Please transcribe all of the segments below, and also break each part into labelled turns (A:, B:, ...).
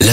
A: la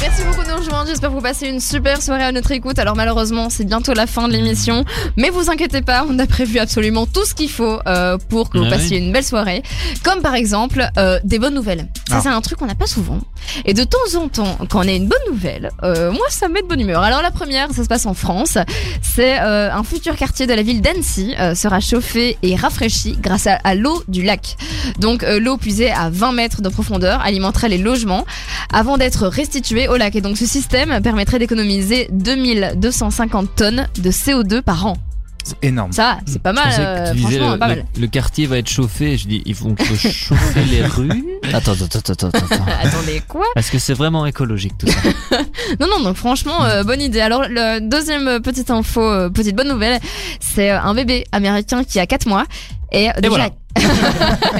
B: Merci beaucoup de nous rejoindre. J'espère que vous passez une super soirée à notre écoute. Alors malheureusement, c'est bientôt la fin de l'émission, mais vous inquiétez pas, on a prévu absolument tout ce qu'il faut euh, pour que vous
C: Ah
B: passiez une belle soirée. Comme par exemple euh, des bonnes nouvelles. Ça,
C: Ah.
B: c'est un truc qu'on n'a pas souvent. Et de temps en temps, quand on a une bonne nouvelle, euh, moi, ça me met de bonne humeur. Alors la première, ça se passe en France. C'est euh, un futur quartier de la ville d'Annecy euh, sera chauffé et rafraîchi grâce à, à l'eau du lac. Donc euh, l'eau puisée à 20 mètres de profondeur alimenterait les logements avant d'être restituée au lac. Et donc ce système permettrait d'économiser 2250 tonnes de CO2 par an.
C: C'est énorme.
B: Ça, c'est pas mal.
C: pensais que
B: euh,
C: tu
B: franchement,
C: disais
B: pas
D: le,
B: mal.
D: le quartier va être chauffé. Je dis, ils vont faut chauffer les rues. Attends, attends, attends, attends, attends.
B: Attendez, quoi
D: Est-ce que c'est vraiment écologique tout ça
B: Non, non, donc franchement, euh, bonne idée. Alors, le deuxième petite info, euh, petite bonne nouvelle, c'est euh, un bébé américain qui a 4 mois. Et, déjà,
C: voilà.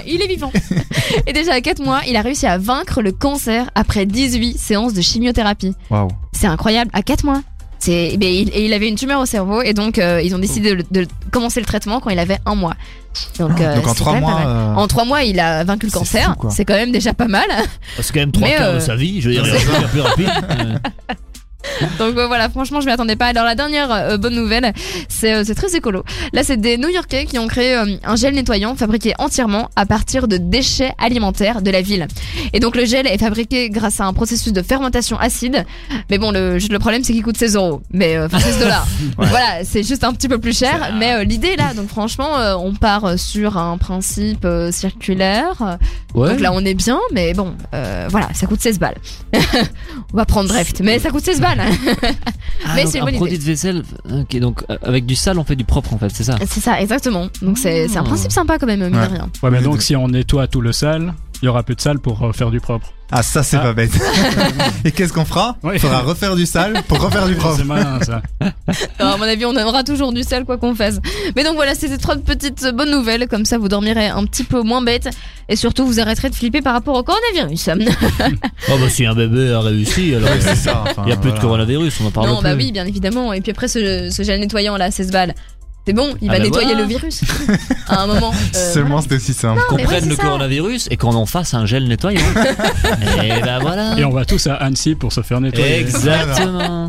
B: il est vivant. Et déjà à 4 mois, il a réussi à vaincre le cancer après 18 séances de chimiothérapie.
C: Waouh.
B: C'est incroyable, à 4 mois. C'est- ben, il- Et il avait une tumeur au cerveau et donc euh, ils ont décidé de, de commencer le traitement quand il avait un mois. Donc, euh,
C: Ah,
B: c'est
C: Donc en
B: quand
C: trois
B: même pas
C: mois.
B: mal.
C: euh,
B: En 3 mois, il a vaincu le
C: C'est
B: cancer.
C: fou, quoi.
B: C'est quand même déjà pas mal.
E: C'est quand même trois
B: Mais,
E: quarts
B: euh,
E: de sa vie, je veux dire, il
C: c'est
E: est un peu rapide.
B: Donc euh, voilà, franchement, je m'y attendais pas. Alors la dernière euh, bonne nouvelle, c'est euh, c'est très écolo. Là, c'est des New-Yorkais qui ont créé euh, un gel nettoyant fabriqué entièrement à partir de déchets alimentaires de la ville. Et donc le gel est fabriqué grâce à un processus de fermentation acide. Mais bon, le, juste le problème, c'est qu'il coûte 16 euros, mais euh, enfin 16 dollars. Voilà, c'est juste un petit peu plus cher. Mais euh, l'idée est là, donc franchement, euh, on part euh, sur un principe euh, circulaire.
D: Ouais.
B: Donc là, on est bien, mais bon, euh, voilà, ça coûte 16 balles. on va prendre Drift, mais ça coûte 16 balles.
D: Ah,
B: mais
D: donc
B: c'est une
D: un
B: bonne
D: produit
B: idée.
D: de vaisselle. Ok, donc euh, avec du sale, on fait du propre en fait, c'est ça.
B: C'est ça, exactement. Donc c'est c'est un
D: Mmh.
B: principe sympa quand même, mine de
C: Ouais.
B: rien.
F: Ouais, mais donc si on nettoie tout le sale, il y aura plus de salle pour euh, faire du propre.
C: Ah, ça, c'est
F: Ah.
C: pas bête. Et qu'est-ce qu'on fera
F: Oui.
C: Faudra refaire du sale pour refaire du propre.
F: C'est malin ça.
B: Alors, à mon avis, on aura toujours du sel quoi qu'on fasse. Mais donc voilà, c'était trois petites bonnes nouvelles. Comme ça, vous dormirez un petit peu moins bête et surtout vous arrêterez de flipper par rapport au coronavirus.
E: Oh bah si un bébé a réussi, alors
C: Ouais, c'est ça. enfin,
E: il n'y a plus de
C: voilà.
E: coronavirus, on en parle
B: non,
E: plus.
B: bah oui, bien évidemment. Et puis après, ce, ce gel nettoyant là, 16 balles. C'est bon, il
D: Ah
B: va
D: bah
B: nettoyer
D: voilà.
B: le virus à un moment. Euh,
C: Seulement, c'était aussi simple.
B: Non,
D: Qu'on
B: mais ouais,
D: prenne
B: c'est
D: le
B: ça.
D: coronavirus et qu'on en fasse un gel nettoyant. et bah voilà.
F: Et on va tous à Annecy pour se faire nettoyer.
E: Exact.
D: Exactement.